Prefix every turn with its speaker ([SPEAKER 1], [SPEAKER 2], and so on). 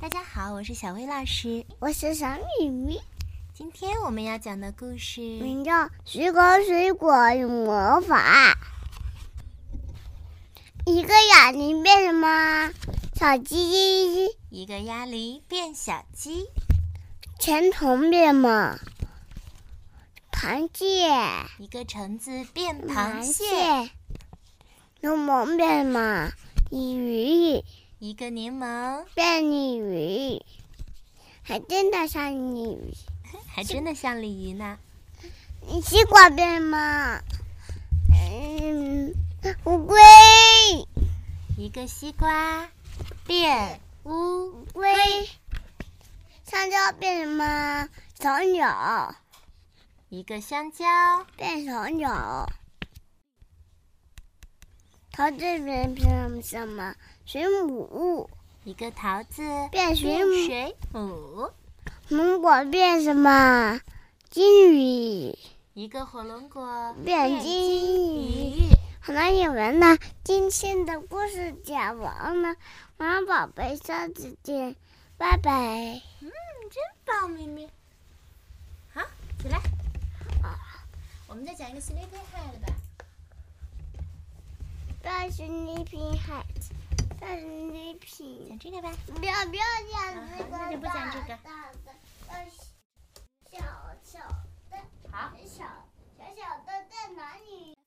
[SPEAKER 1] 大家好，我是小薇老师。
[SPEAKER 2] 我是小米米，
[SPEAKER 1] 今天我们要讲的故事，
[SPEAKER 2] 名叫《水果水果有魔法》。一个哑铃变什么？小鸡鸡鸡
[SPEAKER 1] 一个鸭梨变小鸡，
[SPEAKER 2] 钱童变什么？螃蟹，
[SPEAKER 1] 一个橙子变螃
[SPEAKER 2] 螃
[SPEAKER 1] 蟹，
[SPEAKER 2] 蟹，柠檬变什么？鲤鱼
[SPEAKER 1] 一个柠檬，
[SPEAKER 2] 变鲤鱼，还真的像鲤鱼。
[SPEAKER 1] 还真的像鲤鱼呢。
[SPEAKER 2] 西瓜变什么？嗯，乌龟，
[SPEAKER 1] 一个西瓜变乌，
[SPEAKER 2] 龟，香蕉变什么？小鸟
[SPEAKER 1] 一个香蕉，
[SPEAKER 2] 变小鸟，桃子变变什么？水母
[SPEAKER 1] 一个桃子
[SPEAKER 2] 变水嗯
[SPEAKER 1] 变
[SPEAKER 2] 母，
[SPEAKER 1] 水哦母，
[SPEAKER 2] 芒果变什么？金鱼
[SPEAKER 1] 一个火龙果
[SPEAKER 2] 变金鱼。
[SPEAKER 1] 鱼。
[SPEAKER 2] 好了，有人呢，今天的故事讲完了，晚安宝贝，下次见，拜拜。
[SPEAKER 1] 嗯真棒，咪咪。好，起来。啊我们再讲一个 Sleeping Head 吧。
[SPEAKER 2] 不要吃那瓶海，不要吃那瓶，
[SPEAKER 1] 讲这个吧。
[SPEAKER 2] 不要不要讲这
[SPEAKER 1] 好啊那就
[SPEAKER 2] 个
[SPEAKER 1] 不讲这个
[SPEAKER 2] 大的，要小小的，
[SPEAKER 1] 好
[SPEAKER 2] 小小小的在哪里？